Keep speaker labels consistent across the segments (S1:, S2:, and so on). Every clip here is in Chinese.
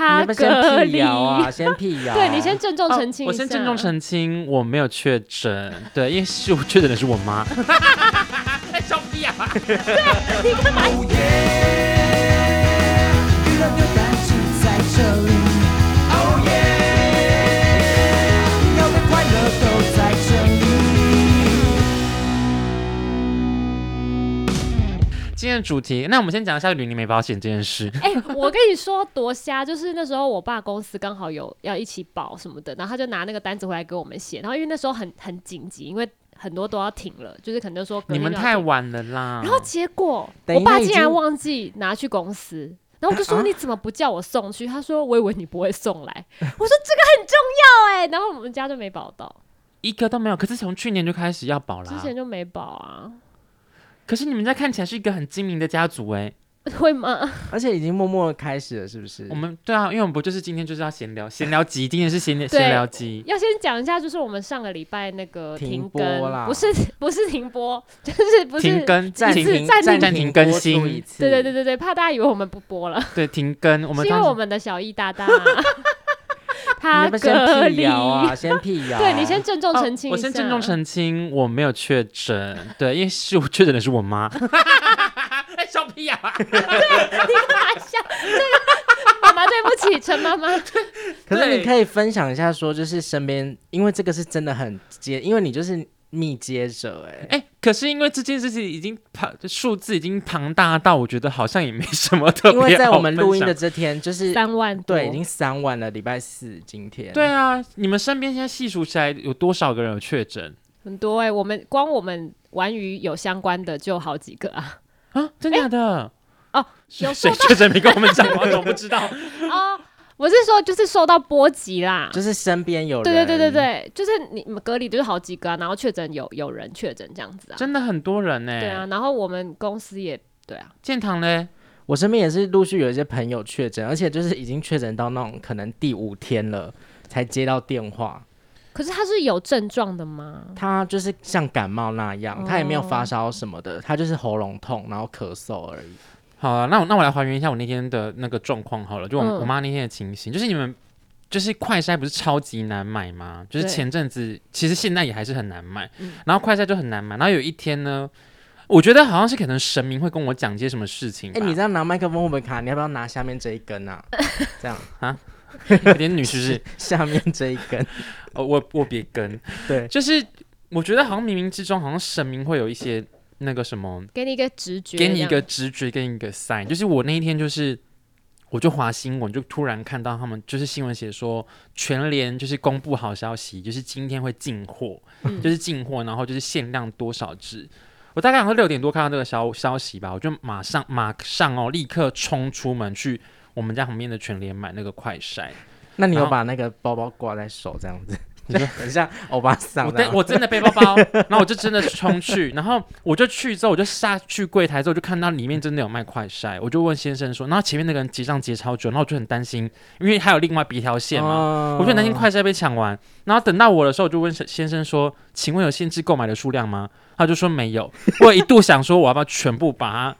S1: 要
S2: 他
S1: 不
S2: 隔
S1: 要先辟
S2: 离。
S1: 谣啊， 先辟谣。
S2: 对你 先郑重澄清、
S3: 哦我先郑重。澄清，我没有确诊。对，因为是 我确诊的是我 妈。太装逼啊！
S4: 哦耶！娱乐扭蛋就在这里，哦耶！要的快乐都在这里。
S3: 今天的主题，那我们先讲一下旅行没保险这件事。
S2: 哎、我跟你说多瞎，就是那时候我爸公司刚好有要一起保什么的，然后他就拿那个单子回来给我们写，然后因为那时候很很紧急，因为很多都要停了，就是可能就说隔
S3: 你
S2: 天
S3: 们
S2: 就要
S3: 太
S2: 停
S3: 晚了啦。
S2: 然后结果
S1: 等
S2: 我
S1: 一下
S2: 爸
S1: 已
S2: 竟然
S1: 经
S2: 忘记拿去公司，然后我就
S3: 啊
S2: 说你怎么不叫我送去？他说我以为你不会送来。 我说这个很重要哎、然后我们家就没保到，
S3: 一个都没有，可是从去年就开始要保
S2: 之
S3: 啦。
S2: 前就没保啊，
S3: 可是你们家看起来是一个很精明的家族哎、
S2: 会吗？
S1: 而且已经默默开始了，是不是？
S3: 我们对啊，因为我们不就是今天就是要闲聊，闲聊集，今天是闲聊
S2: 对
S3: 闲聊集。
S2: 要先讲一下，就是我们上个礼拜那个
S1: 停
S2: 停
S1: 播
S2: 更，
S1: 啦
S2: 不是不是停播， 就是不是
S3: 停更，
S1: 暂
S3: 停
S1: 停
S2: 暂
S3: 停
S1: 停
S3: 更
S1: 播出
S3: 新
S1: 一次
S2: 对对对对对，怕大家以为我们不播了，
S3: 对停更。 我们
S2: 是因为
S3: 当时
S2: 我们的小易大大
S1: 你
S2: 他
S1: 要不要
S2: 隔
S1: 先辟
S2: 离，
S1: 谣啊，先辟谣。
S2: 对你先郑重
S3: 哦
S2: 澄清一
S3: 我
S2: 下，
S3: 先郑 重澄清，我没有确诊。对，因为是我确诊的是我 妈。在笑屁呀、啊！
S2: 你干嘛笑？这个妈妈对不起，陈妈妈。
S1: 可是你
S3: 对
S1: 可以分享一下，说就是身边，因为这个是真的很接，因为你就是密接者哎、
S3: 哎、可是因为这件事情已经庞数字已经庞大到，我觉得好像也没什么特别。
S1: 因为在我们录音的，这天，就是
S2: 三万多
S1: 对已经三万了，礼拜四今天。
S3: 对啊，你们身边现在细数起来有多少个人有确诊
S2: 很多哎、我们光我们玩鱼有相关的就好几个啊。
S3: 啊？真假的？
S2: 哦，
S3: 谁
S2: 有
S3: 谁确诊没跟我们讲吗？我都不 知道。
S2: 哦，我是说就是受到波及啦。
S1: 就是身边有人。
S2: 对对对对。对，就是你你们隔离就是好几个、啊，然后确诊有有人确诊这样子啊。
S3: 真的欸很多人呢、
S2: 对啊，，然后我们公司也对啊，
S3: 建堂嘞，
S1: 我身边也是陆续有一些朋友确诊，而且就是已经确诊到那种可能第五天了才接到电话。
S2: 可是他是有症状的吗？
S1: 他就是像感冒那样，
S2: 哦
S1: 他也没有发烧什么的，他就是喉咙痛，然后咳嗽而已。
S3: 好啊，那我那我来还原一下我那天的那个状况好了，就我、
S2: 嗯
S3: 我妈那天的情形，就是你们就是快筛不是超级难买吗？就是
S2: 对
S3: 前阵子其实现在也还是很难买，
S2: 嗯
S3: 然后快筛就很难买，然后有一天呢，我觉得好像是可能神明会跟我讲些什么事情吧，
S1: 哎、你这样拿麦克风会不会卡？你要不要拿下面这一根啊？这样，
S3: 有点女是 不是？
S1: 下面这一根，
S3: 哦，我我别跟，
S1: 对，
S3: 就是我觉得好像冥冥之中好像神明会有一些那个什么
S2: 给你一个直觉，
S3: 给你一个，直觉，给你一个 sign。就是我那一天就是，我就划新闻，就突然看到他们就是新闻写说，全联就是公布好消息，就是今天会进货，
S2: 嗯
S3: 就是进货，然后就是限量多少只。我大概好像六点多看到这个消消息吧，我就马上马上哦，立刻冲出门去我们家旁边的全联买那个快筛。
S1: 那你有
S3: 然后
S1: 把那个包包挂在手这样子？
S3: 你说
S1: 等一下，欧巴桑
S3: 我
S1: 这
S3: 真
S1: 样，
S3: 我真的背包包，然后我就真的冲去，然后我就去之后，我就下去柜台之后，就看到里面真的有卖快筛，我就问先生说，然后前面那个人结账结超久，然后我就很担心，因为还有另外别条线嘛，
S1: 哦
S3: 啊我就很担心快筛被抢完。然后等到我的时候，我就问先先生说，请问有限制购买的数量吗？他就说没有。我一度想说，我要不要全部把它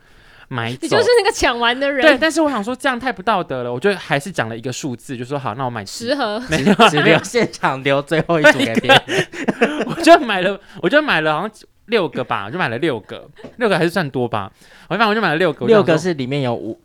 S3: 买
S2: 你
S3: 走
S2: 就是？那个抢完的
S3: 对，
S2: 人，
S3: 但是我想说这样太不道德了，我就还是讲了一个数字，就说好，那我买
S2: 十盒，
S3: 没有
S1: 只留现场留最后一组给别人。
S3: 我就买了，我就买了好像六个吧，我就买了六个，六个还是算多吧。我反正我就买了 六个，我就
S1: 六个
S3: 想说
S1: 是里面有五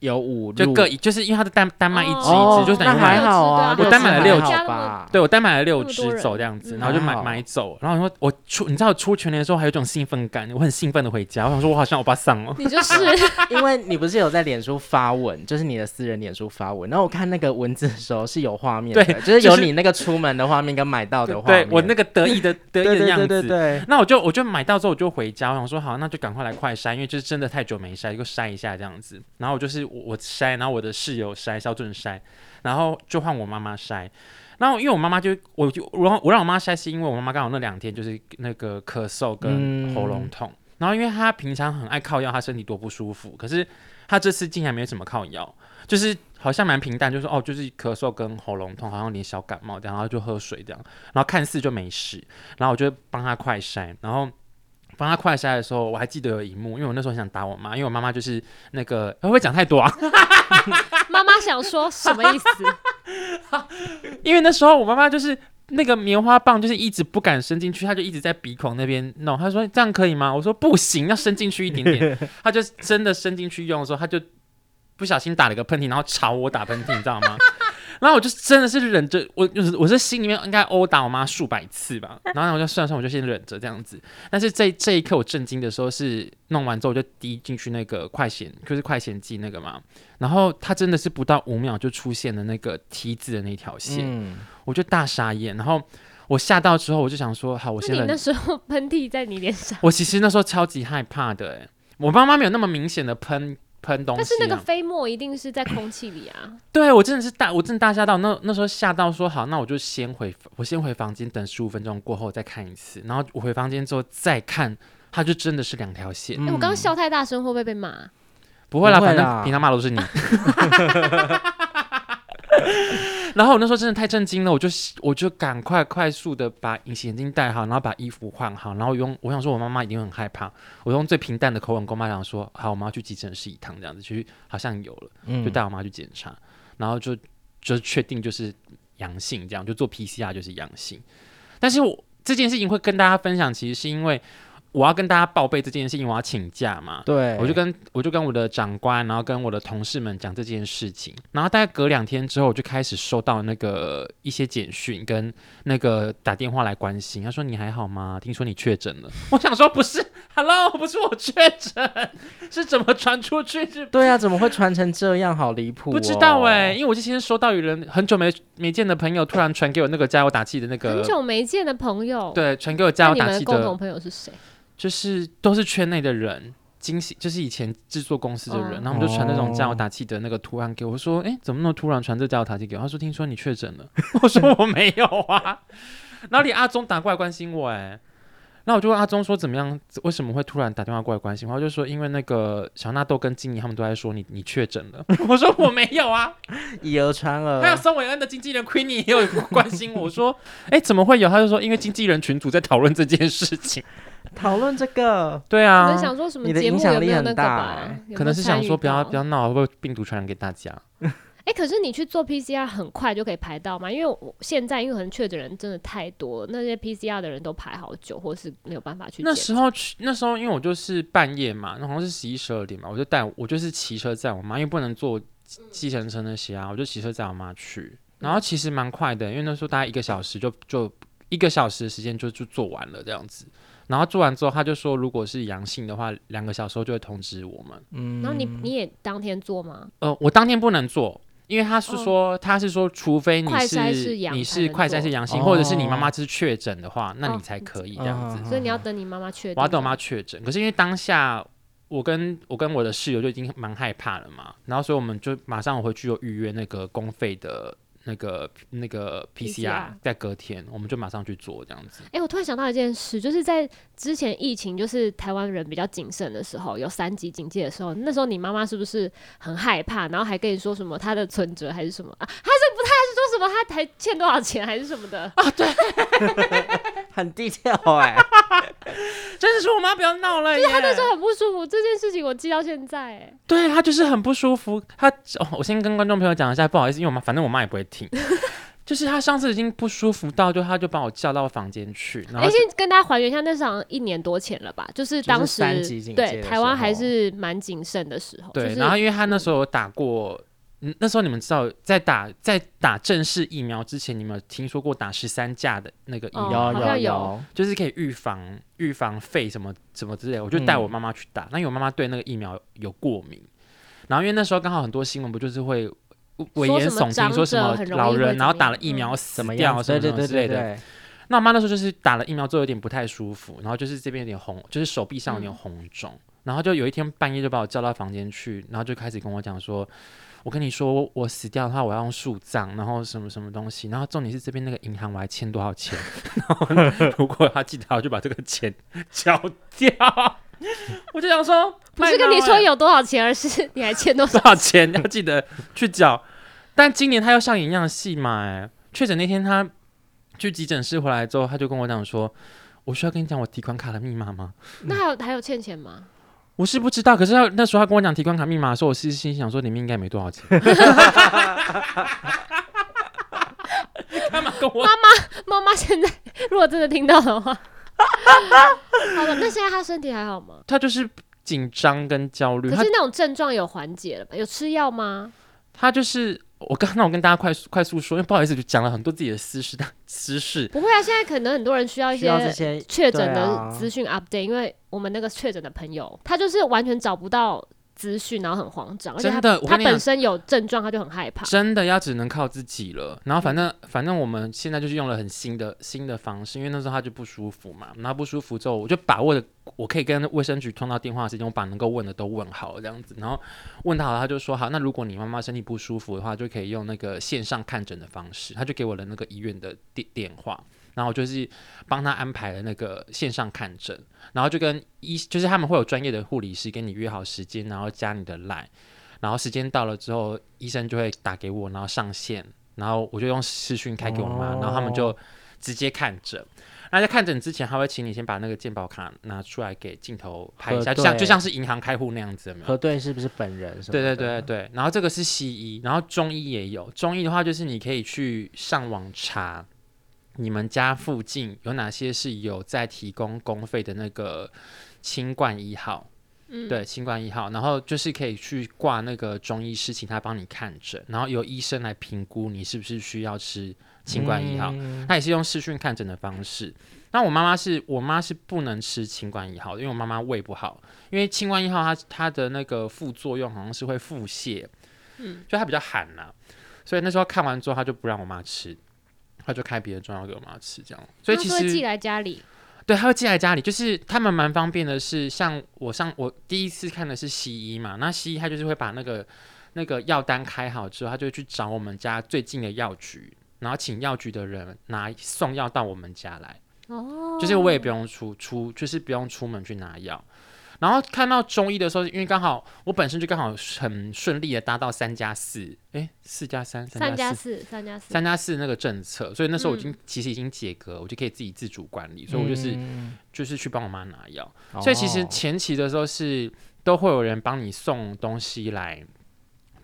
S1: 有五
S3: 就
S1: 入
S3: 各一，就是因为它是单单卖一只一只，
S1: 哦
S3: 就等
S1: 那
S3: 于
S1: 还
S3: 买
S2: 了
S1: 好啊，
S2: 对
S3: 啊我单买了六
S1: 只
S3: 只
S1: 还好吧。
S3: 对我单买了六
S2: 那么多
S3: 只
S2: 人
S3: 走这样子，
S2: 嗯
S3: 然后就
S1: 还
S3: 买
S1: 好
S3: 买走。然后我说我出，你知道我出全年的时候还有一种兴奋感，我很兴奋的回家，我想说我好像欧巴桑哦。
S2: 你就是
S1: 因为你不是有在脸书发文，就是你的私人脸书发文，然后我看那个文字的时候是有画面的，
S3: 对
S1: 就是有
S3: 就是
S1: 你那个出门的画面跟买到的画
S3: 对
S1: 面。
S3: 我那个得 意的
S1: 对
S3: 得意
S1: 对
S3: 的
S1: 对
S3: 样
S1: 对
S3: 子，
S1: 对对，
S3: 那我就我就买到之后我就回家，我想说好，那就赶快来快筛，因为就是真的太久没筛，就筛一下这样子。然后我就是我我筛，然后我的室友筛，肖正筛，然后就换我妈妈筛。然后因为我妈妈就我就我让我让我妈筛，是因为我妈妈刚好那两天就是那个咳嗽跟
S1: 嗯
S3: 喉咙痛。然后因为她平常很爱靠药，她身体多不舒服，可是她这次竟然没有什么靠药，就是好像蛮平淡，就是哦，就是咳嗽跟喉咙痛，好像有点小感冒这样，然后就喝水这样，然后看似就没事，然后我就帮他快筛，然后帮他快筛的时候，我还记得有一幕，因为我那时候很想打我妈，因为我妈妈就是那个呃会不会讲太多啊？
S2: 妈妈想说什么意思？
S3: 因为那时候我妈妈就是那个棉花棒，就是一直不敢伸进去，她就一直在鼻孔那边弄。她说这样可以吗？我说不行，要伸进去一点点。她就真的伸进去用的时候，她就不小心打了个喷嚏，然后朝我打喷嚏，你知道吗？ 然后我就真的是忍着，我就是我是心里面应该殴打我妈数百次吧。然后我就算算，我就先忍着这样子。但是这这一刻我震惊的时候是弄完之后我就滴进去那个快显，就是快显剂那个嘛。然后它真的是不到五秒就出现了那个 T 字的那条线，
S1: 嗯，
S3: 我就大傻眼，然后我吓到之后，我就想说， 好，我
S2: 那
S3: 先
S2: 你那
S3: 冷。
S2: 时候喷嚏在你脸上，
S3: 我其实那时候超级害怕的、欸，我妈妈没有那么明显的喷喷东西、啊，
S2: 但是那个飞沫一定是在空气里啊。
S3: 对我真的是大，我真的大吓到，那那时候吓到说好，那我就先回，我先回房间等十五分钟过后再看一次，然后我回房间之后再看，它就真的是两条线，
S1: 嗯
S2: 哎我刚刚笑太大声，会不会被骂？
S3: 不会啦，
S1: 不会
S3: 反
S1: 啦
S3: 正平常骂的都是你。 然后我那时候真的太震惊了，我就我就赶快快速的把隐形眼镜戴好，然后把衣服换好，然后用我想说我妈妈一定会很害怕，我用最平淡的口吻跟我妈讲说，好，我们要去急诊室一趟，这样子去好像有了，
S1: 嗯
S3: 就带我妈去检查，然后就就确定就是阳性，这样就做 PCR 就是阳性。但是我这件事情会跟大家分享，其实是因为我要跟大家报备这件事情，我要请假嘛，
S1: 对，
S3: 我就跟我就跟我的长官，然后跟我的同事们讲这件事情，然后大概隔两天之后，我就开始收到那个一些简讯跟那个打电话来关心，他说你还好吗？听说你确诊了。我想说不是，Hello，不 是我确诊，是怎么传出去是？
S1: 对啊，怎么会传成这样？好离谱、哦！
S3: 不知道哎、因为我之前收到有人很久没没见的朋友突然传给我那个加油打气的那
S2: 很
S3: 个，
S2: 久没见的朋友，
S3: 对，传给我
S2: 那
S3: 加油
S2: 你
S3: 打
S2: 们的
S3: 气
S2: 共
S3: 的
S2: 同朋友是谁？
S3: 就是都是圈内的人，惊喜就是以前制作公司的人，
S2: 哦
S3: 然后我们就传那种
S1: 哦
S3: 加油打气的那个图案给我，我说，哎、怎么那么突然传这加油打气给我？他说，听说你确诊了， 我说我没有啊，然后连阿忠打过来关心我、哎。那我就问阿忠说怎么样？为什么会突然打电话过来关心我？他就说因为那个小纳豆跟金妮他们都在说你你确诊了。 我说我没有啊，
S1: 以讹传
S3: 还有
S1: 讹，
S3: 宋伟恩的经纪人 Queenie 也有关心我。我说哎、怎么会有？他就说因为经纪人群组在讨论这件事情。
S1: 讨论这个，
S3: 对
S2: 可
S3: 啊，
S2: 能想说什么
S1: 你的
S2: 节目
S1: 影响
S2: 有没
S1: 力
S2: 有
S1: 很
S2: 那个
S1: 大
S2: 吧
S1: 哎？
S2: 有没有
S3: 欸可能是想说不
S2: 参
S3: 要
S2: 与到
S3: 不要闹，会不会病毒传染给大家？
S2: 哎、可是你去做 PCR 很快就可以排到吗？因为我现在因为可能确诊人真的太多了，那些 PCR 的人都排好久，或是没有办法去
S3: 那
S2: 检
S3: 时候去，那时候因为我就是半夜嘛，那好像是十一十二点嘛，我就带我就是骑车载我妈，因为不能坐计计程车那些啊，我就骑车载我妈去。然后其实蛮快的，因为那时候大概一个小时就就一个小时的时间就就做完了这样子。然后做完之后，他就说，如果是阳性的话，两个小时后就会通知我们。
S1: 嗯，
S2: 然后你你也当天做吗？
S3: 呃，我当天不能做，因为他是
S2: 哦
S3: 说、他是说，除非你
S2: 快筛
S3: 是
S2: 是阳
S3: 你
S2: 才
S3: 是
S2: 能
S3: 快筛
S2: 做
S3: 是阳性，
S1: 哦
S3: 或者是你妈妈是确诊的话，那
S2: 哦
S3: 你才可以这样子。
S1: 嗯
S2: 所以你要等你妈妈确定。
S3: 我要等我妈。确诊，可是因为当下我跟我跟我的室友就已经蛮害怕了嘛，然后所以我们就马上回去又预约那个公费的那个那个 PCR，
S2: PCR
S3: 在隔天我们就马上去做这样子。
S2: 哎、我突然想到一件事，就是在之前疫情，就是台湾人比较谨慎的时候，有三级警戒的时候，那时候你妈妈是不是很害怕？然后还跟你说什么她的存折还是什么啊？她是不她是说什么她还欠多少钱还是什么
S3: 啊
S2: 的？
S1: 很低调 哎，
S3: 真的是我妈不要闹了耶！
S2: 那时候很不舒服，这件事情我记到现在、哎。
S3: 对她就是很不舒服。她、哦我先跟观众朋友讲一下，不好意思，因为我妈反正我妈也不 会听。就是她上次已经不舒服到，就她就把我叫到房间去，然
S2: 哎、
S3: 后
S2: 先跟大家还原一下，那是好像一年多前了吧？就是当时
S1: 三级警戒的
S2: 对
S1: 时候
S2: 台湾还是蛮谨慎的时候。
S3: 对，
S2: 就是
S3: 然后因为他那时候有打过，嗯，那时候你们知道，在打在打正式疫苗之前，你们有听说过打十三价的那个疫
S2: 哦
S3: 苗，
S1: 有
S2: 好像
S1: 有
S2: 有
S1: 有，
S3: 就是可以预防预防肺什么什么之类的。我就
S1: 嗯
S3: 带我妈妈去打，那、因为我妈妈对那个疫苗有过敏，然后因为那时候刚好很多新闻不就是会。危言
S2: 什么
S3: 耸听，
S2: 长
S3: 说什
S2: 者
S3: 么
S2: 很容易
S3: 老
S2: 会
S3: 人
S2: 怎
S3: 然后
S2: 么
S3: 打
S2: 样
S3: 了疫苗死
S1: 怎么
S3: 掉
S1: 样？
S3: 什么
S1: 对对
S3: 什么
S1: 对
S3: 之类
S1: 对
S3: 的，
S1: 对，
S3: 那我妈那时候就是打了疫苗之后有点不太舒服，然后就是这边有点红，就是手臂上有
S2: 嗯
S3: 点红肿，然后就有一天半夜就把我叫到房间去，然后就开始跟我讲说，我跟你说我我死掉的话我要用树葬，然后什么什么东西，然后重点是这边那个银行我还欠多少钱， 然后如果他记得我就把这个钱 缴掉， 我就想说欸
S2: 不是跟你说有多少钱，而是 你还欠多 少
S3: 多。少钱要记得去缴。但今年他又上演一样的戏嘛、哎，确诊那天他去急诊室回来之后，他就跟我讲说，我需要跟你讲我提款卡的密码吗？
S2: 那还有还有欠钱吗？
S3: 我是不知道，可是他那时候他跟我讲提款卡密码的时候，我是心想说里面应该没多少钱。干嘛跟我？
S2: 妈妈现在如果真的听到的话， 好了，那现在他身体还好吗？
S3: 他就是紧张跟焦虑，
S2: 可
S3: 他
S2: 是那种症状有缓解了吧？有吃药吗？
S3: 他就是我刚那我跟大家快速快速说，因为不好意思，就讲了很多自己的私事，但私事
S2: 不会啊，现在可能很多人需要一
S1: 需要这
S2: 些
S1: 些
S2: 确诊
S1: 对
S2: 的
S1: 啊
S2: 资讯 update，、因为我们那个确诊的朋友，他就是完全找不到资讯，然后很慌张，而且他
S3: 真的我
S2: 他
S3: 跟你讲
S2: 本身有症状，他就很害怕。
S3: 真的要只能靠自己了。然后反正反正我们现在就是用了很新的新的方式，因为那时候他就不舒服嘛，然后不舒服之后，我就把握了我可以跟卫生局通到电话的时间，我把能够问的都问好这样子。然后问到了，他就说好，那如果你妈妈身体不舒服的话，就可以用那个线上看诊的方式，他就给我了那个医院的电电话。然后我就是帮他安排了那个线上看诊，然后就跟医，就是他们会有专业的护理师跟你约好时间，然后加你的 line，然后时间到了之后，医生就会打给我，然后上线，然后我就用视讯开给我妈，
S1: 哦
S3: 然后他们就直接看诊。那在看诊之前，他会请你先把那个健保卡拿出来给镜头拍一下，
S1: 核
S3: 就像
S1: 对
S3: 就像是银行开户那样子，有没有？
S1: 核对是不是本人什么
S3: 对
S1: 的？嗯
S3: 对对对，然后这个是西医，然后中医也有。中医的话，就是你可以去上网查你们家附近有哪些是有在提供公费的那个清冠一号，
S2: 嗯，
S3: 对，清冠一号，然后就是可以去挂那个中医师，请他帮你看诊，然后由医生来评估你是不是需要吃清冠一号。
S1: 嗯
S3: 他也是用视讯看诊的方式。那我妈妈是我妈是不能吃清冠一号的，因为我妈妈胃不好，因为清冠一号它它的那个副作用好像是会腹泻，
S2: 嗯，
S3: 就它比较寒呐、所以那时候看完之后，她就不让我妈吃，她就开别的中药给我妈吃，这样。所以
S2: 那
S3: 其
S2: 他会寄
S3: 实
S2: 来家里，
S3: 对，她会寄来家里，就是他们蛮方便的是，像我上我第一次看的是西医嘛，那西医他就是会把那个那个药单开好之后，他就会去找我们家最近的药局，然后请药局的人拿送药到我们家来。
S2: 哦，
S3: 就是我也不用出出，就是不用出门去拿药。然后看到中医的时候，因为刚好我本身就刚好很顺利的搭到三加四，诶，四加三，
S2: 三
S3: 加
S2: 加
S3: 四，
S2: 四，嗯三加四，
S3: 三加四那个政策，所以那时候我已经、其实已经解隔，我就可以自己自主管理，所以我就是、
S1: 嗯
S3: 就是去帮我妈拿药。所以其实
S1: 哦
S3: 前期的时候是都会有人帮你送东西来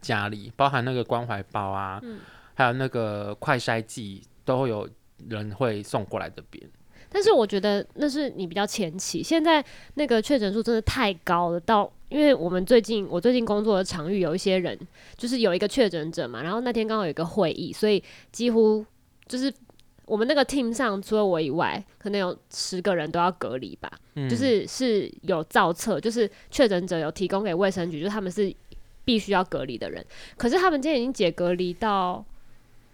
S3: 家里，包含那个关怀包啊，
S2: 嗯
S3: 还有那个快筛剂，都会有人会送过来这边。
S2: 但是我觉得那是你比较前期，现在那个确诊数真的太高了，到因为我们最近我最近工作的场域有一些人，就是有一个确诊者嘛，然后那天刚好有一个会议，所以几乎就是我们那个 team 上除了我以外，可能有十个人都要隔离吧，
S3: 嗯
S2: 就是是有造册，就是确诊者有提供给卫生局，就是他们是必须要隔离的人。可是他们今天已经解隔离到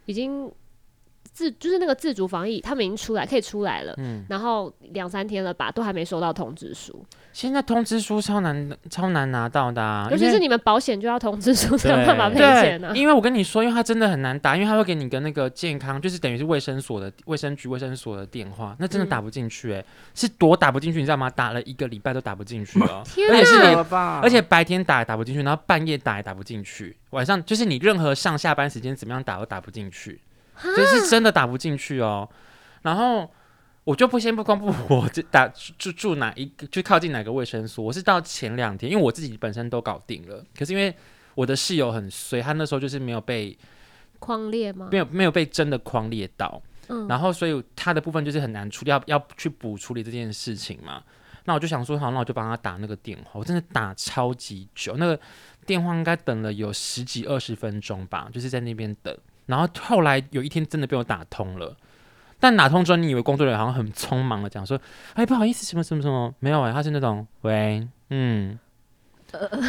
S2: 已经自就是那个自主防疫，他们已经出来可以出来了，
S3: 嗯
S2: 然后两三天了吧，都还没收到通知书，
S3: 现在通知书超难超难拿到的、啊，
S2: 尤其
S3: 因
S2: 是
S3: 为
S2: 你们保险就要通知书才有
S1: 对
S2: 办法赔钱啊呢、
S3: 对，因为我跟你说，因为它真的很难打，因为它会给你个那个健康，就是等于是卫生所的卫生局卫生所的电话，那真的
S2: 嗯
S3: 打不进去、欸，是多打不进去，你知道吗？打了一个礼拜都打不进去哦，
S2: 天
S3: 而且是
S1: 太
S3: 连
S1: 好了吧？
S3: 而且白天打也打不进去，然后半夜打也打不进去，晚上就是你任何上下班时间怎么样打都打不进去，就是真的打不进去哦。然后我就不先不公布我这打住住哪一个，就靠近哪个卫生所，我是到前两天，因为我自己本身都搞定了，可是因为我的室友很衰，他那时候就是没有被
S2: 框列吗
S3: 没？有没有被真的框列到，
S2: 嗯，
S3: 然后所以他的部分就是很难处理，要要去补处理这件事情嘛。那我就想说，好，那我就帮他打那个电话。我真的打超级久，那个电话应该等了有十几二十分钟吧，就是在那边等。然后后来有一天真的被我打通了，但打通之后，你以为工作人员好像很匆忙的讲说，哎，不好意思，什么什么什么，没有哎、他是那种，喂，嗯，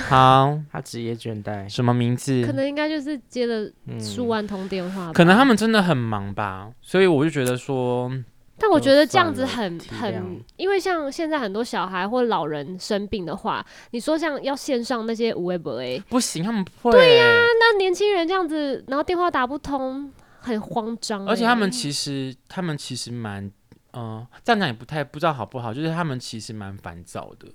S3: 好，
S1: 他职业倦怠，
S3: 什么名字？
S2: 呃可能应该就是接了
S1: 嗯
S2: 数万通电话吧，
S3: 可能他们真的很忙吧，所以我就觉得说，嗯
S2: 但我
S1: 就
S2: 觉得这
S1: 算
S2: 样子
S1: 了
S2: 很
S1: 体
S2: 很
S1: 谅，
S2: 因为像现在很多小孩或老人生病的话，你说像要线上那些无微不微，
S3: 不行，他们不会、对呀、
S2: 那年轻人这样子，然后电话打不通，很慌张欸、
S3: 而且他们其实，他们其实蛮，嗯、这样讲也不太不知道好不好，就是他们其实蛮烦躁的。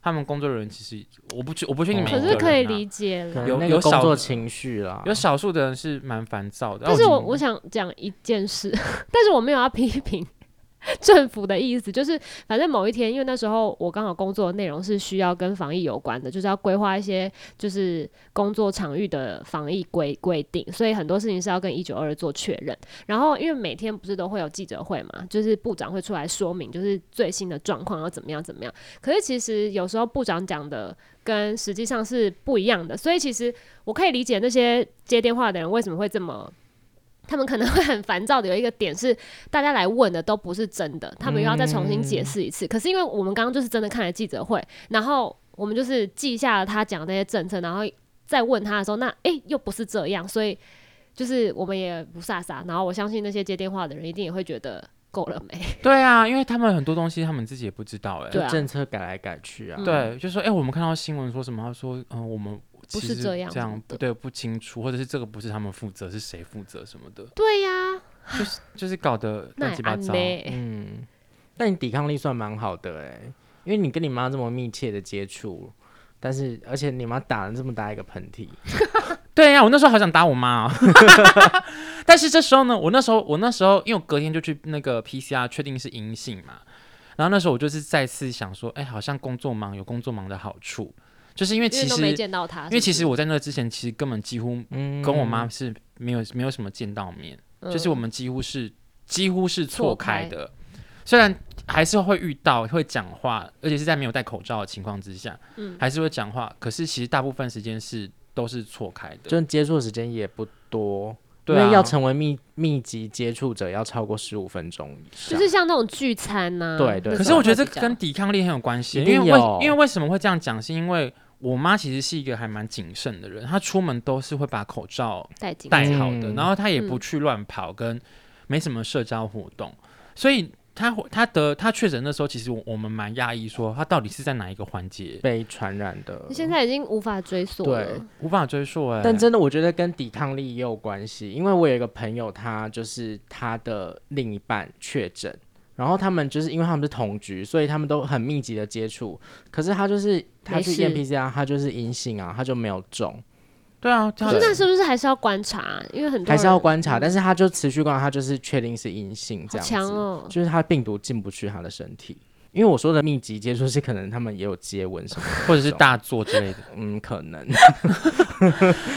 S3: 他们工作人员其实，我不觉我不确定每一
S2: 可
S3: 个人、
S2: 是
S3: 啊，
S2: 可以理解了。
S1: 可能
S3: 有
S1: 那
S3: 有
S1: 个工
S3: 少
S1: 作情绪啦，
S3: 有少数的人是蛮烦躁的。
S2: 但是
S3: 啊
S2: 我我想讲一件事，但是我没有要批评， 政府的意思，就是反正某一天，因为那时候我刚好工作的内容是需要跟防疫有关的，就是要规划一些就是工作场域的防疫规规定，所以很多事情是要跟一九二做确认。然后因为每天不是都会有记者会嘛，就是部长会出来说明就是最新的状况要怎么样怎么样。可是其实有时候部长讲的跟实际上是不一样的，所以其实我可以理解那些接电话的人为什么会这么。他们可能会很烦躁的，有一个点是，大家来问的都不是真的，他们又要再重新解释一次。可是因为我们刚刚就是真的看了记者会，然后我们就是记下了他讲的那些政策，然后再问他的时候，那诶、又不是这样，所以就是我们也不飒飒。然后我相信那些接电话的人一定也会觉得够了没？
S3: 对啊，因为他们很多东西他们自己也不知道哎、
S2: 对啊
S1: 政策改来改去啊。
S3: 对，就说哎、我们看到新闻说什么，他说嗯、我们
S2: 不
S3: 其
S2: 是
S3: 实
S2: 这样
S3: 这样
S2: 子的
S3: 对不清楚，或者是这个不是他们负责，是谁负责 什么的，
S2: 对呀、
S3: 就是就是搞得
S2: 那
S3: 乱
S2: 也
S3: 七八
S2: 安
S3: 糟。
S2: 呗。
S1: 嗯，但你抵抗力算蛮好的哎、因为你跟你妈这么密切的接触，但是而且你妈打了这么大一个喷嚏，
S3: 对啊呀、我那时候好想打我妈、哦， 但是这时候呢，我那时候我那时候因为我隔天就去那个 PCR 确定是阴性嘛，然后那时候我就是再次想说，哎、好像工作忙有工作忙的好处，就是因为
S2: 因
S3: 其
S2: 为
S3: 实
S2: 都没见到他，
S3: 因为其实我在那之前其实根本几乎
S1: 嗯，
S3: 跟我妈是没有没有什么见到面，
S2: 嗯
S3: 就是我们几乎是几乎是错
S2: 错
S3: 开
S2: 开
S3: 的，虽然还是会遇到会讲话，而且是在没有戴口罩的情况之下，
S2: 嗯
S3: 还是会讲话，可是其实大部分时间是都是错开的，
S1: 就接触时间也不多，
S3: 对
S1: 因
S3: 啊
S1: 为要成为密密集接触者要超过十五分钟以
S2: 就
S1: 上。
S2: 是像那种聚餐呐、
S1: 对对
S2: 那种
S3: 可是我觉得这
S2: 会比较
S3: 跟抵抗力很有关系，
S1: 一
S3: 因
S1: 定
S3: 为为
S1: 有
S3: 因为为什么会这样讲，是因为我妈其实是一个还蛮谨慎的人，她出门都是会把口罩
S2: 带进
S3: 戴
S2: 去
S3: 好的，
S1: 嗯
S3: 然后她也不去乱跑，跟没什么社交活动，所以她她得她确诊的时候，其实我我们蛮讶异，说她到底是在哪一个环节，
S1: 被传染的，
S2: 现在已经无法追溯
S1: 对
S2: 了。
S3: 无法追溯哎、
S1: 但真的我觉得跟抵抗力也有关系，因为我有一个朋友，他就是他的另一半确诊，然后他们就是因为他们是同居，所以他们都很密集的接触，可是他就是他
S2: 没
S1: 去
S2: 事
S1: 验 PCR，他就是阴性啊，他就没有中，
S3: 对啊，
S2: 可
S3: 她
S2: 是那是不是还是要观察？因为很多
S1: 还是要
S2: 人嗯
S1: 观察，但是他就持续观察，他就是确定是阴性这
S2: 好
S1: 样子，
S2: 强哦、
S1: 就是他病毒进不去他的身体。因为我说的密集接触是可能他们也有接吻什么的，
S3: 或者是大作之类的，
S1: 嗯，可能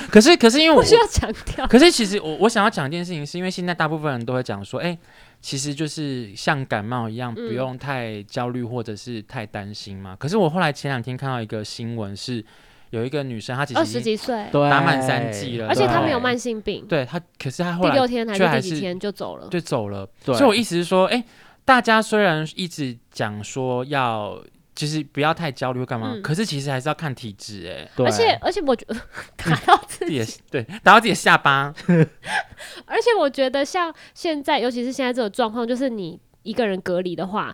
S3: 可是可是因为
S2: 不
S3: 我
S2: 需要强 调。
S3: 可是其实我我想要讲一件事情，是因为现在大部分人都会讲说，哎、其实就是像感冒一样，不
S2: 嗯
S3: 用太焦虑或者是太担心嘛。可是我后来前两天看到一个新闻是，有一个女生她其
S2: 二
S3: 实
S2: 十
S3: 已经
S2: 几岁，
S1: 对，
S3: 打满三剂了
S2: 而且他
S3: 对
S2: 没有慢性病，
S3: 对她，可是她后
S2: 第
S3: 来
S2: 六天还
S3: 却还
S2: 是第
S3: 是
S2: 几天就走了。
S3: 就走了。
S1: 对
S3: 所以我意思是说，哎、大家虽然一直讲说要。就是不要太焦虑或干嘛，
S2: 嗯
S3: 可是其实还是要看体质哎、
S1: 对，
S2: 而且而且我 觉打到自
S3: 自
S2: 己
S3: 己，也是对，打到自己的下巴，
S2: 而且我觉得像现在，尤其是现在这种状况，就是你一个人隔离的话，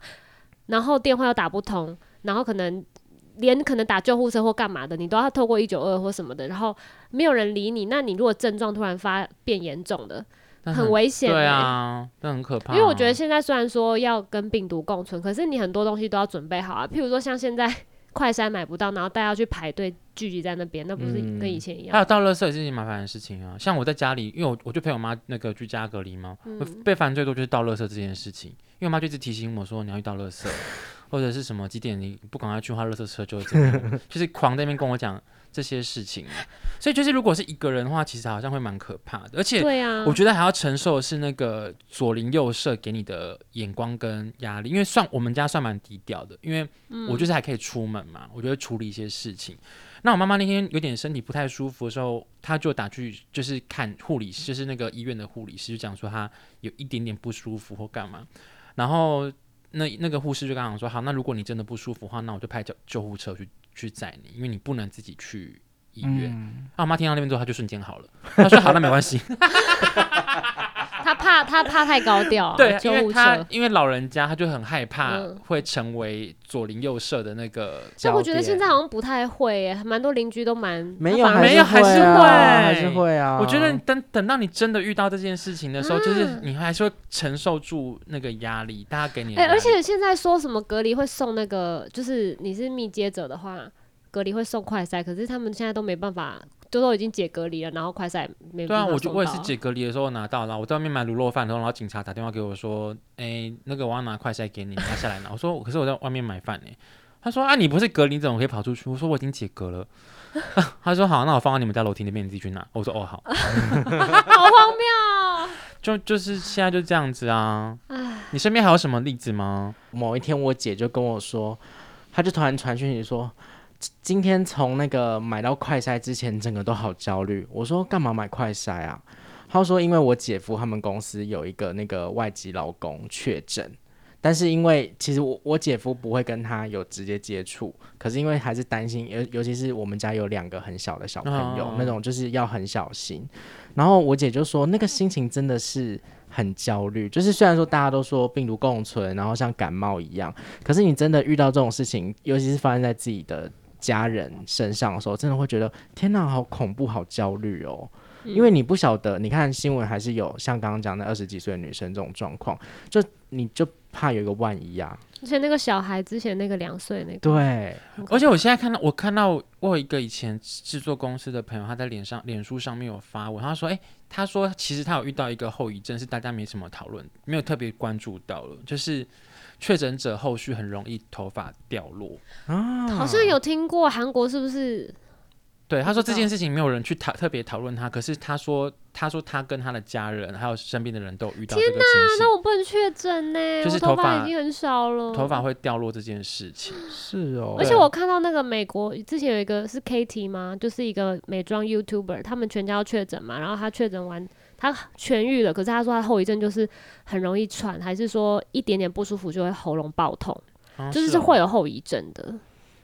S2: 然后电话又打不通，然后可能连可能打救护车或干嘛的，你都要透过一九二或什么的，然后没有人理你，那你如果症状突然发变严重的，
S3: 那
S2: 很危险、欸
S3: 对，啊，那很可怕、
S2: 因为我觉得现在虽然说要跟病毒共存，可是你很多东西都要准备好啊。譬如说像现在快筛买不到，然后大家去排队聚集在那边，那不是
S1: 嗯
S2: 跟以前一样？
S3: 还有到垃圾也是一件麻烦的事情啊。像我在家里，因为我我就陪我妈那个居家隔离嘛，我被烦最多就是倒垃圾这件事情，因为我妈就一直提醒我说你要去倒垃圾， 或者是什么几点你不赶快去的话，垃圾车就会怎么样， 就是狂在那边跟我讲这些事情。啊所以就是如果是一个人的话，其实好像会蛮可怕的，而且。
S2: 对啊，
S3: 嗯我觉得还要承受的是那个左邻右舍给你的眼光跟压力，因为算我们家算蛮低调的，因为我就是还可以出门嘛，我就会处理一些事情。那我妈妈那天有点身体不太舒服的时候，她就打去就是看护理师，就是那个医院的护理师，就讲说她有一点点不舒服或干嘛。然后那那个护士就跟她讲说，好，那如果你真的不舒服的话，那我就派救救护车去去载你，因为你不能自己去医院。
S1: 嗯
S3: 啊，我妈听到那边之后，她就瞬间好了，她说好，那没关系。
S2: 他啊怕他怕太高调、啊，
S3: 对，
S2: 救
S3: 因为
S2: 护
S3: 他
S2: 车。
S3: 因为老人家他就很害怕
S2: 嗯
S3: 会成为左邻右舍的那个，
S2: 但我觉得
S1: 焦点
S2: 现在好像不太会耶，蛮多邻居都蛮
S1: 没有，
S2: 他反而
S3: 没有还是
S1: 是啊
S3: 会
S1: 还是会啊。
S3: 我觉得等等到你真的遇到这件事情的时候，
S2: 嗯
S3: 就是你还是会承受住那个压力，大家给你的
S2: 哎、
S3: 压力
S2: 而且现在说什么隔离会送那个，就是你是密接者的话，隔离会送快筛，可是他们现在都没办法都都已经解隔离了，然后快筛没
S3: 对啊，
S2: 办法
S3: 我就
S2: 送
S3: 我也
S2: 到
S3: 是解隔离的时候拿到了，我在外面买卤肉饭的时候，然后警察打电话给我说，哎、那个我要拿快筛给你，你拿下来拿。我说，可是我在外面买饭呢、他说啊，你不是隔离，你怎么可以跑出去？我说我已经解隔了。 他说好，那我放到你们家楼梯那边，你自己去拿。我说哦好，
S2: 好荒谬哦！
S3: 就就是现在就这样子啊
S2: 唉。
S3: 你身边还有什么例子吗？
S1: 某一天，我姐就跟我说，她就突然传讯息说，今今天从那个买到快筛之前，整个都好焦虑。我说干嘛买快筛啊？她说因为我姐夫他们公司有一个那个外籍劳工确诊。但是因为其实我我姐夫不会跟他有直接接触，可是因为还是担心， 尤尤其是我们家有两个很小的小朋友，
S3: 哦
S1: 那种就是要很小心。然后我姐就说，那个心情真的是很焦虑，就是虽然说大家都说病毒共存，然后像感冒一样，可是你真的遇到这种事情，尤其是发生在自己的家人身上的时候，真的会觉得天哪，好恐怖，好焦虑哦。
S2: 嗯
S1: 因为你不晓得，你看新闻还是有像刚刚讲的二十几岁的女生这种状况，就你就怕有一个万一啊。
S2: 而且那个小孩之前那个两岁那个，
S1: 对，
S3: 而且我现在看到，我看到我有一个以前制作公司的朋友，他在脸上、脸书上面有发文，他说：“哎、他说其实他有遇到一个后遗症，是大家没什么讨论，没有特别关注到了，就是确诊者后续很容易头发掉落。
S1: 啊
S2: 好像有听过韩国是不是？”啊
S3: 对，他说
S2: 不知
S3: 这
S2: 道
S3: 件事情没有人去讨特别讨论他，可是他说，他说他跟他的家人还有身边的人都有遇到这个情
S2: 那
S3: 形，
S2: 我不能确诊呢，
S3: 就是
S2: 我
S3: 头
S2: 头
S3: 发
S2: 已经很少了，
S3: 头发。会掉落这件事情。
S1: 是哦
S2: 而且我看到那个美国之前有一个是 Katy 吗？就是一个美妆 YouTuber，他们全家都确诊嘛，然后她确诊完，她痊愈了，可是她说她后遗症就是很容易喘，还是说一点点不舒服就会喉咙爆痛，
S3: 啊
S2: 就是
S3: 哦
S2: 会有后遗症的。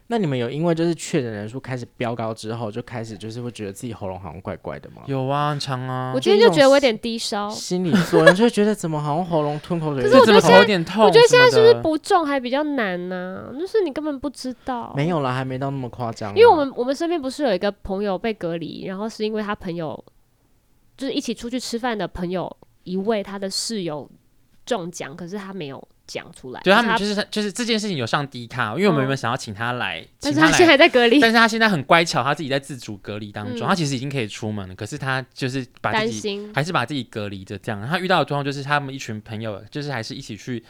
S1: 那你们有因为就是确诊人数开始飙高之后，就开始就是会觉得自己喉咙好像怪怪的吗？
S3: 有啊，很长啊
S2: 我，今天就觉得我有点低烧，
S1: 心理作用，就会觉得怎么好像喉咙吞口水。
S2: 可是
S3: 就
S2: 我
S3: 怎
S2: 觉得
S3: 么头
S2: 现
S3: 有
S2: 在
S3: 点痛什么的？
S2: 我觉得现在是不是不中还比较难呢、就是你根本不知道，
S1: 没有啦，还没到那么夸张
S3: 嗯
S1: 啦。
S2: 因为我们我们身边不是有一个朋友被隔离，然后是因为他朋友就是一起出去吃饭的朋友，一位他的室友中奖，可是他没有讲出来，
S3: 对他
S2: 是
S3: 们就是就是这件事情有上 D 卡，因为我们原本想要请他来，请
S2: 嗯但是他
S3: 来
S2: 现在 还在隔离，
S3: 但是他现在很乖巧，他自己在自主隔离当中，
S2: 嗯
S3: 他其实已经可以出门了，可是他就是把
S2: 担
S3: 自己
S2: 心。
S3: 还是把自己隔离着这样。他遇到的状况就是他们一群朋友，就是还是一起去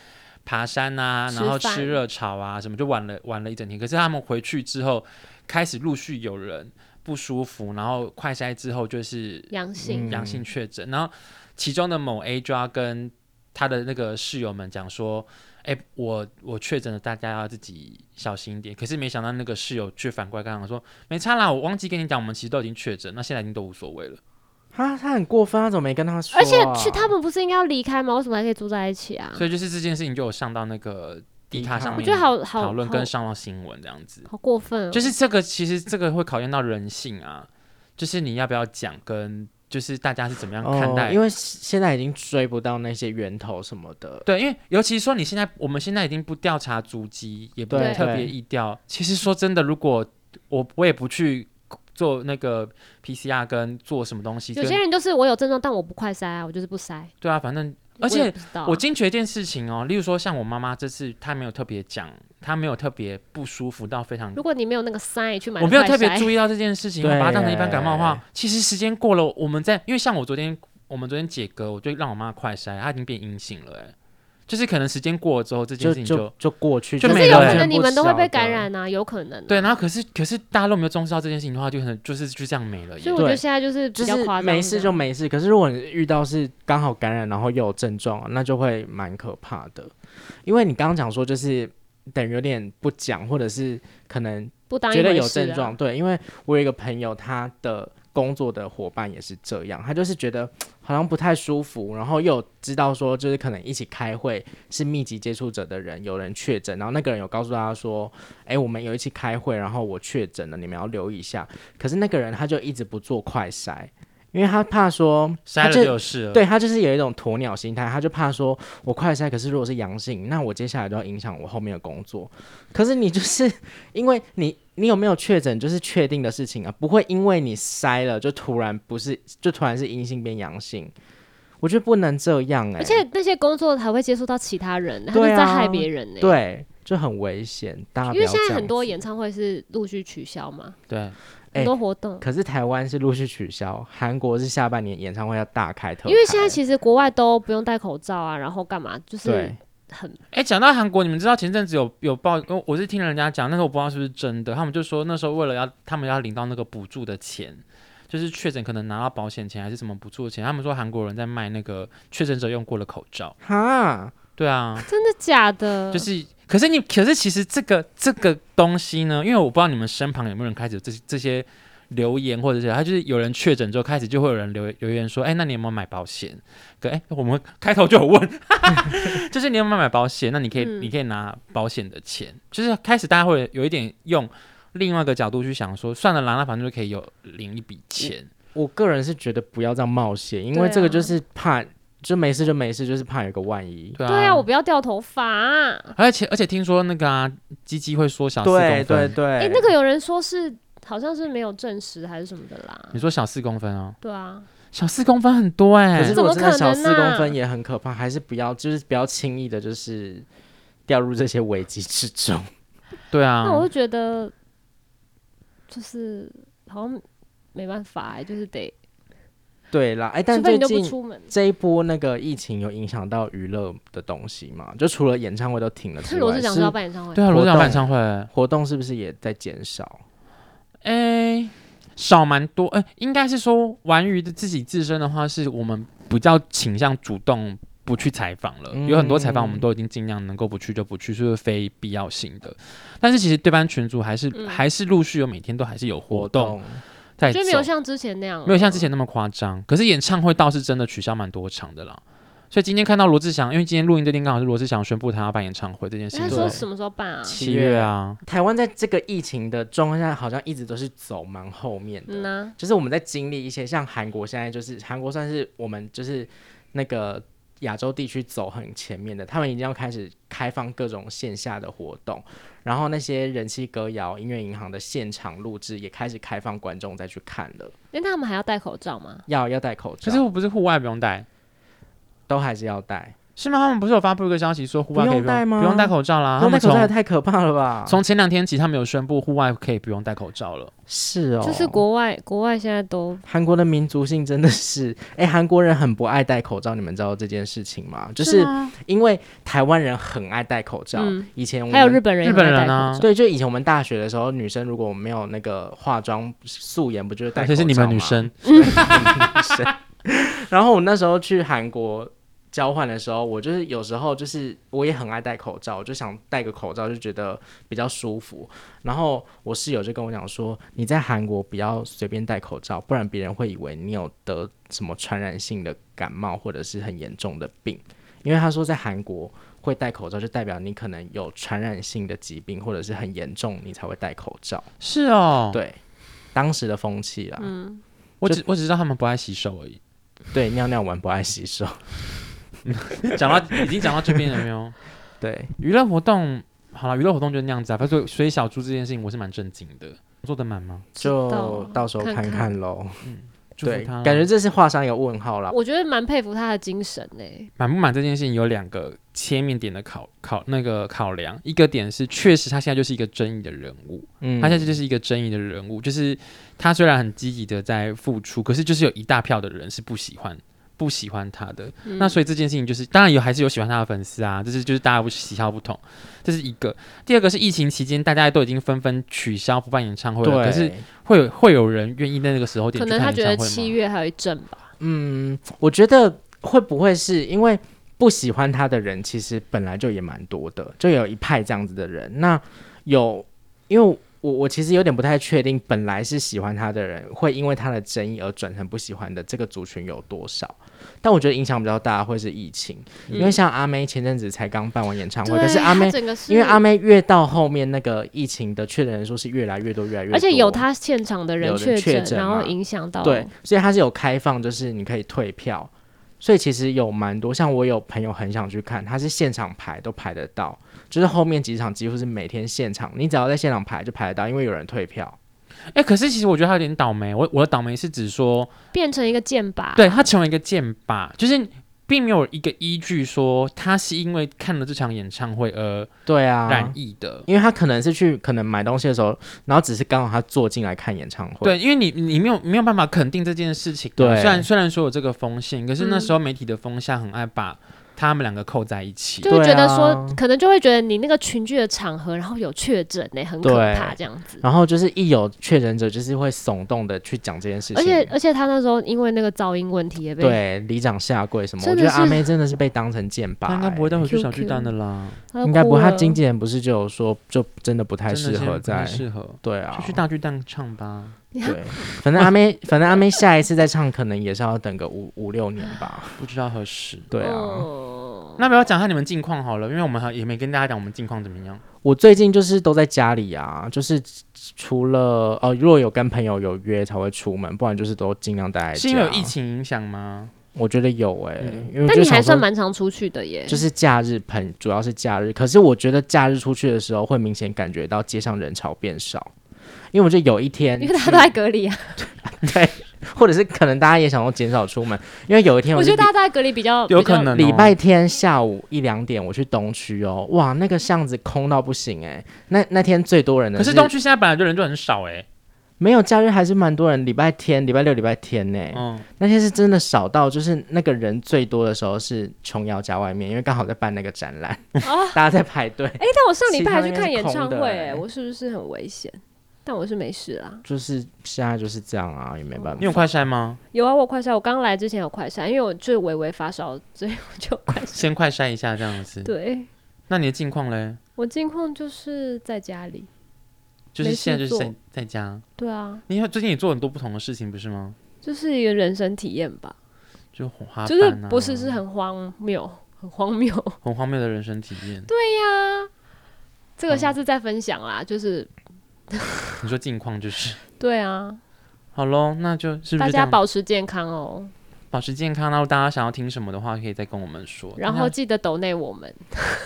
S3: 爬山啊，
S2: 吃
S3: 然后吃
S2: 饭
S3: 热炒啊什么，就玩了玩了一整天。可是他们回去之后，开始陆续有人不舒服，然后快筛之后就是
S2: 阳性，
S3: 阳性确诊，然后其中的某 A 就要跟他的那个室友们讲说：“哎、我我确诊了，大家要自己小心一点。”可是没想到那个室友却反过来跟他说：“没差啦，我忘记跟你讲，我们其实都已经确诊，那现在已经都无所谓了。
S1: 啊，他很过分，他怎么没跟他说、啊？
S2: 而且去他们不是应该要离开吗？为什么还可以住在一起啊？
S3: 所以就是这件事情就有上到那个地卡上
S1: 我
S2: 我
S3: 面，
S2: 觉得好好
S3: 讨论
S2: 好
S3: 跟上到新闻这样子，
S2: 好过分哦，
S3: 就是这个其实这个会考验到人性啊，就是你要不要讲跟就是大家是怎么样看待
S1: 哦，因为现在已经追不到那些源头什么的。
S3: 对，因为尤其说你现在，我们现在已经不调查足迹，也不
S1: 对
S3: 特别
S1: 对
S3: 意调。其实说真的，如果我我也不去做那个 PCR 跟做什么东西，
S2: 有
S3: 跟
S2: 些人就是我有症状，但我不快筛啊，我就是不筛。
S3: 对啊，反正而
S2: 我也
S3: 且
S2: 不知道啊
S3: 我惊觉一件事情哦，例如说像我妈妈这次她没有特别讲，她没有特别不舒服到非常
S2: 如。果你没有那个 sign 去买，
S3: 我没有特别注
S2: 意。
S3: 意到这件事情，我哦
S1: 对
S3: 把它当成一般感冒的话，其实时间过了，我们在因为像我昨天，我们昨天解隔，我就让我妈快筛，她已经变阴性了、哎，就是可能时间过了之后，这件
S1: 就
S3: 事情
S1: 就就过去，
S3: 就
S2: 可
S3: 没
S2: 是
S3: 了
S2: 有
S3: 欸
S2: 可
S3: 全
S2: 能你们都会被感。染啊，有可能、啊。
S3: 对，然后可是可是大家都没有重视到这件事情的话，就可能就是就这样没了耶
S2: 所以。我觉得
S1: 对
S2: 现在就是
S1: 就
S2: 比较
S1: 是
S2: 夸张这样，
S1: 没事就没事，可是如果你遇到是刚好感染，然后又有症状，啊那就会蛮可怕的。因为你刚刚讲说，就是等于有点不讲，或者是可能
S2: 不当一
S1: 觉得
S2: 回
S1: 有
S2: 事
S1: 症
S2: 啊
S1: 状，，对，因为我有一个朋友，他的工作的伙伴也是这样，他就是觉得好像不太舒服，然后又有知道说就是可能一起开会是密集接触者的人，有人确诊，然后那个人有告诉他说，哎，我们有一起开会，然后我确诊了，你们要留意一下。可是那个人他就一直不做快筛，因为他怕说
S3: 筛
S1: 他
S3: 了
S1: 就
S3: 就有事了。
S1: 对他就是有一种鸵鸟心态，他就怕说我快筛，可是如果是阳性，那我接下来都要影响我后面的工作。可是你就是因为你你有没有确诊，就是确定的事情啊，不会因为你筛了就突然不是，就突然是阴性变阳性。我觉得不能这样哎、
S2: 而且那些工作还会接触到其他人，他就
S1: 对啊
S2: 在害别人呢、
S1: 对，啊就很危险。大家
S2: 因为
S1: 不要
S2: 现
S1: 这
S2: 在
S1: 样
S2: 很多
S1: 子
S2: 演唱会是陆续取消嘛，
S3: 对，
S1: 哎
S2: 很多活动。
S1: 可是台湾是陆续取消，韩国是下半年演唱会要大开特开，
S2: 因为现在其实国外都不用戴口罩啊，然后干嘛就是
S1: 对
S2: 很
S3: 哎、讲到韩国，你们知道前阵子有有报，我我是听人家讲，那时候我不知道是不是真的，他们就说那时候为了要他们要领到那个补助的钱，就是确诊可能拿到保险钱还是什么补助的钱，他们说韩国人在卖那个确诊者用过的口罩。
S1: 哈，
S3: 对啊，
S2: 真的假的，
S3: 就是可是你可是其实这个这个东西呢，因为我不知道你们身旁有没有人开始有这这些留言或者是他就是有人确诊之后开始就会有人留留言说，哎、那你有没有买保险？可哎、我们开头就有问， 就是你有没有买保险？那你可以、
S2: 嗯
S3: 你可以拿保险的钱，就是开始大家会有一点用。另外一个角度去想说，算了啦，那反正就可以有领一笔钱。
S1: 我个人是觉得不要这样冒险，因
S2: 对
S1: 为
S2: 啊
S1: 这个就是怕就没事就没事，就是怕有个万一。
S3: 对啊，
S2: 对啊，我不要掉头发、啊。
S3: 而且而且听说那个啊，鸡鸡会缩小四公
S1: 对
S3: 分。
S1: 啊对对，
S2: 哎、那个有人说是好像是没有证实还是什么的啦
S3: 你，说小四公分哦，
S2: 对啊，
S3: 小四公分很多哎、
S1: 可是如果
S2: 怎
S1: 真
S2: 么
S1: 的
S2: 可
S1: 小
S2: 能
S1: 四
S2: 啊
S1: 公分也很可怕，还是不要，就是不要轻易的，就是掉入这些危机之中。
S3: 对啊，
S2: 那我就觉得就是好像没办法、欸，就是得，
S1: 对啦，哎、但
S2: 除非
S1: 最
S2: 你就不
S1: 近
S2: 出门，
S1: 这一波那个疫情有影响到娱乐的东西吗？就除了演唱会都停了
S2: 是
S1: 之
S2: 罗
S1: 外，
S2: 志祥
S1: 是
S2: 说要办演唱会，
S3: 对啊，罗志
S1: 活
S3: 祥
S1: 动
S3: 办演唱会，
S1: 活动是不是也在减少？
S3: 哎、少蛮多，哎、应该是说玩鱼的自己自身的话，是我们比较倾向主动不去采访了，有很多采访我们
S1: 嗯
S3: 都已经尽量能够不去就不去，是非必要性的。但是其实对班群组还是、
S2: 嗯
S3: 还是陆续有每天都还是有活动在走，
S2: 就没有像之前那样了，
S3: 没有像之前那么夸张。可是演唱会倒是真的取消蛮多场的啦。所以今天看到罗志祥，因为今天录音这天刚好是罗志祥宣布他要办演唱会这件事
S2: 哎。他
S3: 情是，
S2: 说
S1: 对
S2: 什么时候办啊？
S3: 七月啊，
S1: 台湾在这个疫情的状况下，好像一直都是走蛮后面的。
S2: 嗯呐、
S1: 就是我们在经历一些像韩国现在就是韩国算是我们就是那个亚洲地区走很前面的，他们已经要开始开放各种线下的活动，然后那些人气歌谣、音乐银行的现场录制也开始开放观众再去看了，
S2: 那他们还要戴口罩吗？
S1: 要要戴口
S3: 可是
S1: 罩，
S3: 我不是户外不用戴。
S1: 都还是要戴，
S3: 是吗？他们不是有发布一个消息说户外可以
S1: 不用戴吗
S3: 不用戴口罩啦。他
S1: 那戴
S3: 们
S1: 口罩也
S3: 从
S1: 太可怕了吧？
S3: 从前两天起，他们有宣布户外可以不用戴口罩了。
S1: 是哦，
S2: 就是国外国外现在都
S1: 韩国的民族性真的是，哎、韩国人很不爱戴口罩，你们知道这件事情吗？就是
S3: 吗
S1: 因为台湾人很爱戴口罩，
S2: 嗯
S1: 以前我们
S2: 还有日本人也
S3: 日本
S2: 很爱戴
S3: 人啊
S2: 口罩
S1: 对，就以前我们大学的时候，女生如果没有那个化妆素颜，不就是戴
S3: 而
S1: 口罩
S3: 且
S1: 吗？
S3: 啊是你们女生，
S1: 女生。然后我那时候去韩国交换的时候，我就是有时候就是我也很爱戴口罩，我就想戴个口罩就觉得比较舒服。然后我室友就跟我讲说，你在韩国不要随便戴口罩，不然别人会以为你有得什么传染性的感冒或者是很严重的病，因为他说在韩国。会戴口罩就代表你可能有传染性的疾病，或者是很严重，你才会戴口罩。
S3: 是哦。，
S1: 对，当时的风气啦，
S2: 嗯
S3: 我只我只知道他们不爱洗手而已。
S1: 对，尿尿完不爱洗 手。
S3: 讲到已经讲到这边了没有？
S1: 对，
S3: 娱乐活动好了，娱乐活动就是那样子啊。所以所以小猪这件事情，我是蛮震惊的。做得满吗？
S1: 就到时候
S2: 看
S1: 看
S2: 看
S1: 看喽。
S3: 祝福
S1: 对，
S3: 他啦。
S1: 感觉这是画上一个问号啦。
S2: 我觉得蛮佩服他的精神诶、
S3: 满不满这件事情有两个切面点的考考那个考量，一个点是确实他现在就是一个争议的人物，
S1: 嗯，
S3: 他现在就是一个争议的人物，就是他虽然很积极的在付出，可是就是有一大票的人是不喜欢。不喜欢他的，
S2: 嗯
S3: 那所以这件事情就是，当然有还是有喜欢他的粉丝啊，这是就是大家不喜好不同，这是一个。第二个是疫情期间，大家都已经纷纷取消不办演唱会了，可是
S1: 对，
S3: 会有会有人愿意在那个时候点
S2: 可
S3: 去
S2: 能他
S3: 看
S2: 觉
S3: 演
S2: 得
S3: 唱会
S2: 七
S3: 吗？
S2: 月还有一阵吧。
S1: 嗯，我觉得会不会是因为不喜欢他的人，其实本来就也蛮多的，就有一派这样子的人。那有，因为我我其实有点不太确定，本来是喜欢他的人，会因为他的争议而转成不喜欢的这个族群有多少？但我觉得影响比较大的会是疫情，因为像阿妹前阵子才刚办完演唱会，
S2: 嗯对，啊
S1: 可是阿
S2: 他
S1: 妹
S2: 整个是
S1: 因为阿，妹越到后面，那个疫情的确诊人数是越来越多，越来越多，
S2: 而且有哦他现场的人
S1: 有人确
S2: 诊，
S1: 诊
S2: 然
S1: 嘛
S2: 后影响到
S1: 对，所以他是有开放，就是你可以退票，所以其实有蛮多，像我有朋友很想去看，他是现场排都排得到，就是后面几场几乎是每天现场，你只要在现场排就排得到，因为有人退票。
S3: 哎、可是其实我觉得他有点倒霉，我我的倒霉是指说，
S2: 变成一个箭靶。
S3: 对他成为一个箭靶，就是并没有一个依据说他是因为看了这场演唱会而
S1: 对啊，
S3: 染疫的。
S1: 因为他可能是去可能买东西的时候，然后只是刚好他坐进来看演唱会。
S3: 对，因为你你没有没有办法肯定这件事情啊。
S1: 对
S3: 虽然虽然说有这个风险，可是那
S2: 嗯
S3: 时候媒体的风向很爱把他们两个扣在一起。
S2: 就会
S1: 对
S2: 觉得说，
S1: 啊
S2: 可能就会觉得你那个群聚的场合，然后有确诊呢、很可
S1: 对
S2: 怕这样子。
S1: 然后就是一有确诊者，就是会耸动的去讲这件事情。
S2: 而且而且他那时候因为那个噪音问题也被，
S1: 对里长下跪什么，我
S2: 真
S1: 觉
S2: 的
S1: 得阿
S2: 是
S1: 妹真的是被当成箭靶、
S3: 他应该不会
S1: 欸
S3: 带回去
S2: QQ
S3: 小巨蛋的啦，
S2: 他都
S1: 应该不会。
S2: 哭
S1: 他
S2: 了
S1: 经纪人不是就有说，就真的不太
S3: 真的
S1: 适
S3: 先
S1: 合
S3: 不太
S1: 在。
S3: 适合，
S1: 对啊
S3: 就，去大巨蛋唱吧。
S1: 对，反正阿妹，反正阿妹下一次再唱，可能也是要等个五五六年吧。
S3: 不知道何时。
S1: 对啊，
S2: 哦
S3: 那不要讲下你们近况好了，因为我们还也没跟大家讲我们近况怎么样。
S1: 我最近就是都在家里啊，就是除了呃，如果有跟朋友有约才会出门，不然就是都尽量待在家。
S3: 是因为有疫？情影响吗？
S1: 我觉得有哎、
S3: 嗯
S1: 因为
S2: 但
S1: 就
S2: 你还
S1: 想说
S2: 算蛮常出去的耶，
S1: 就是假日朋，主要是假日。可是我觉得假日出去的时候，会明显感觉到街上人潮变少，因为我就有一天
S2: 因为大家都在隔离啊。
S1: 去对， 或者是可能大家也想要减少出门，因为有一天
S2: 我
S1: 我
S2: 觉
S1: 就
S2: 得大家都在隔离比较
S3: 有
S2: 比较
S3: 可能哦
S1: 礼拜天下午一两点我去东区哦，哇，那个巷子空到不行哎、那那天最多人的
S3: 可是东区现在本来就人就很少哎、
S1: 没有假日还是蛮多人，礼拜天、礼拜六、礼拜天呢、
S3: 嗯，
S1: 那天是真的少到，就是那个人最多的时候是琼瑶家外面，因为刚好在办那个展览，
S2: 啊。
S1: 大家在排队，
S2: 哎、但我上礼拜还去
S1: 其
S2: 看
S1: 他那边
S2: 演
S1: 是
S2: 唱
S1: 空
S2: 会、
S1: 的欸
S2: 哎，我是不是很危险？但我是没事啊。
S1: 就是现在就是这样啊，也没办
S3: 你有
S1: 法。
S3: 快筛吗？
S2: 有啊，我快筛，我刚来之前有快筛，因为我就是微微发烧，
S1: 嗯
S2: 所以我就快筛。
S3: 先快筛一下这样子。
S2: 对
S3: 那你的近况嘞？
S2: 我近况就是在家里。
S3: 就是
S2: 没事
S3: 现在就是在
S2: 做
S3: 在家。
S2: 对啊，
S3: 你有最近也做很多不同的事情，不是吗？
S2: 就是一个人生体验吧，
S3: 就红花、啊、
S2: 就是不是是很荒谬，很荒谬。
S3: 很荒谬的人生体验。
S2: 这
S1: 嗯
S2: 个下次再分享啦，就是
S3: 你说近况就是
S2: 对啊，
S3: 好喽，那就是不
S2: 大
S3: 是这
S2: 家
S3: 样
S2: 保持健康哦，
S3: 保持健康。然后大家想要听什么的话，可以再跟我们说。
S2: 然后记得抖内我们，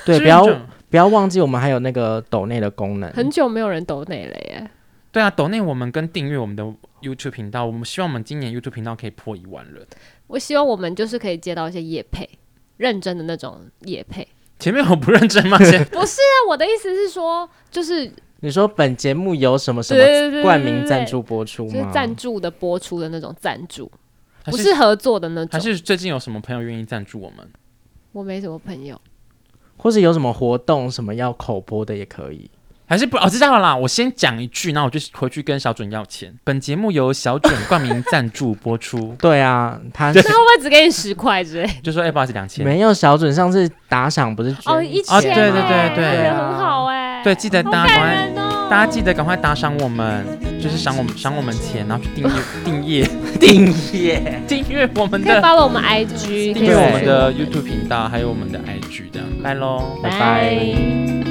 S1: 对，
S3: 志
S1: 不要
S3: 愿者
S1: 不要忘记我们还有那个抖内的功能，
S2: 很久没有人抖内了耶，
S3: 对啊，抖内我们跟订阅我们的 YouTube 频道，我们希望我们今年 YouTube 频道可以破一万人。
S2: 我希望我们就是可以接到一些业配，认真的那种业配。
S3: 前面我不认真 吗？前
S2: 不是啊，我的意思是说，就是
S1: 你说本节目有什么什
S2: 对对对
S1: 么
S2: 对
S1: 冠名赞助播出
S2: 就是
S1: 吗？
S2: 赞助的播出的那种赞助，
S3: 还
S2: 不是合作的那
S3: 还
S2: 种。
S3: 是最近有什么朋友愿意赞助我们？
S2: 我没什么朋友，
S1: 或是有什么活动什么要口播的也可以。，
S3: 还是不哦，知道了啦。我先讲一句，那我就回去跟小准要钱。本节目由小准冠名赞助播出
S1: 对啊，他
S2: 那会不会只给你十块之类？
S3: 就说哎，不好意思，两千。
S1: 没有小准上次打赏不是捐
S2: 哦，一千、
S3: 啊对对对
S2: 哎
S3: 对
S2: 那人很好哎、
S3: 对，记得
S2: 好
S3: 大家赶
S2: 感
S3: 快，
S2: 人哦，
S3: 大家记得赶快打赏我们，就是赏我们赏我们钱，然后去订阅订阅
S1: 订阅，
S3: 订阅我们
S2: 可以
S3: 的
S2: follow 我们 IG，可
S3: 订
S2: 以
S3: 阅
S1: 对
S3: 我们的
S2: 追踪
S3: YouTube 频道，还有我们的 IG 这样。拜喽。
S1: 拜拜
S2: 拜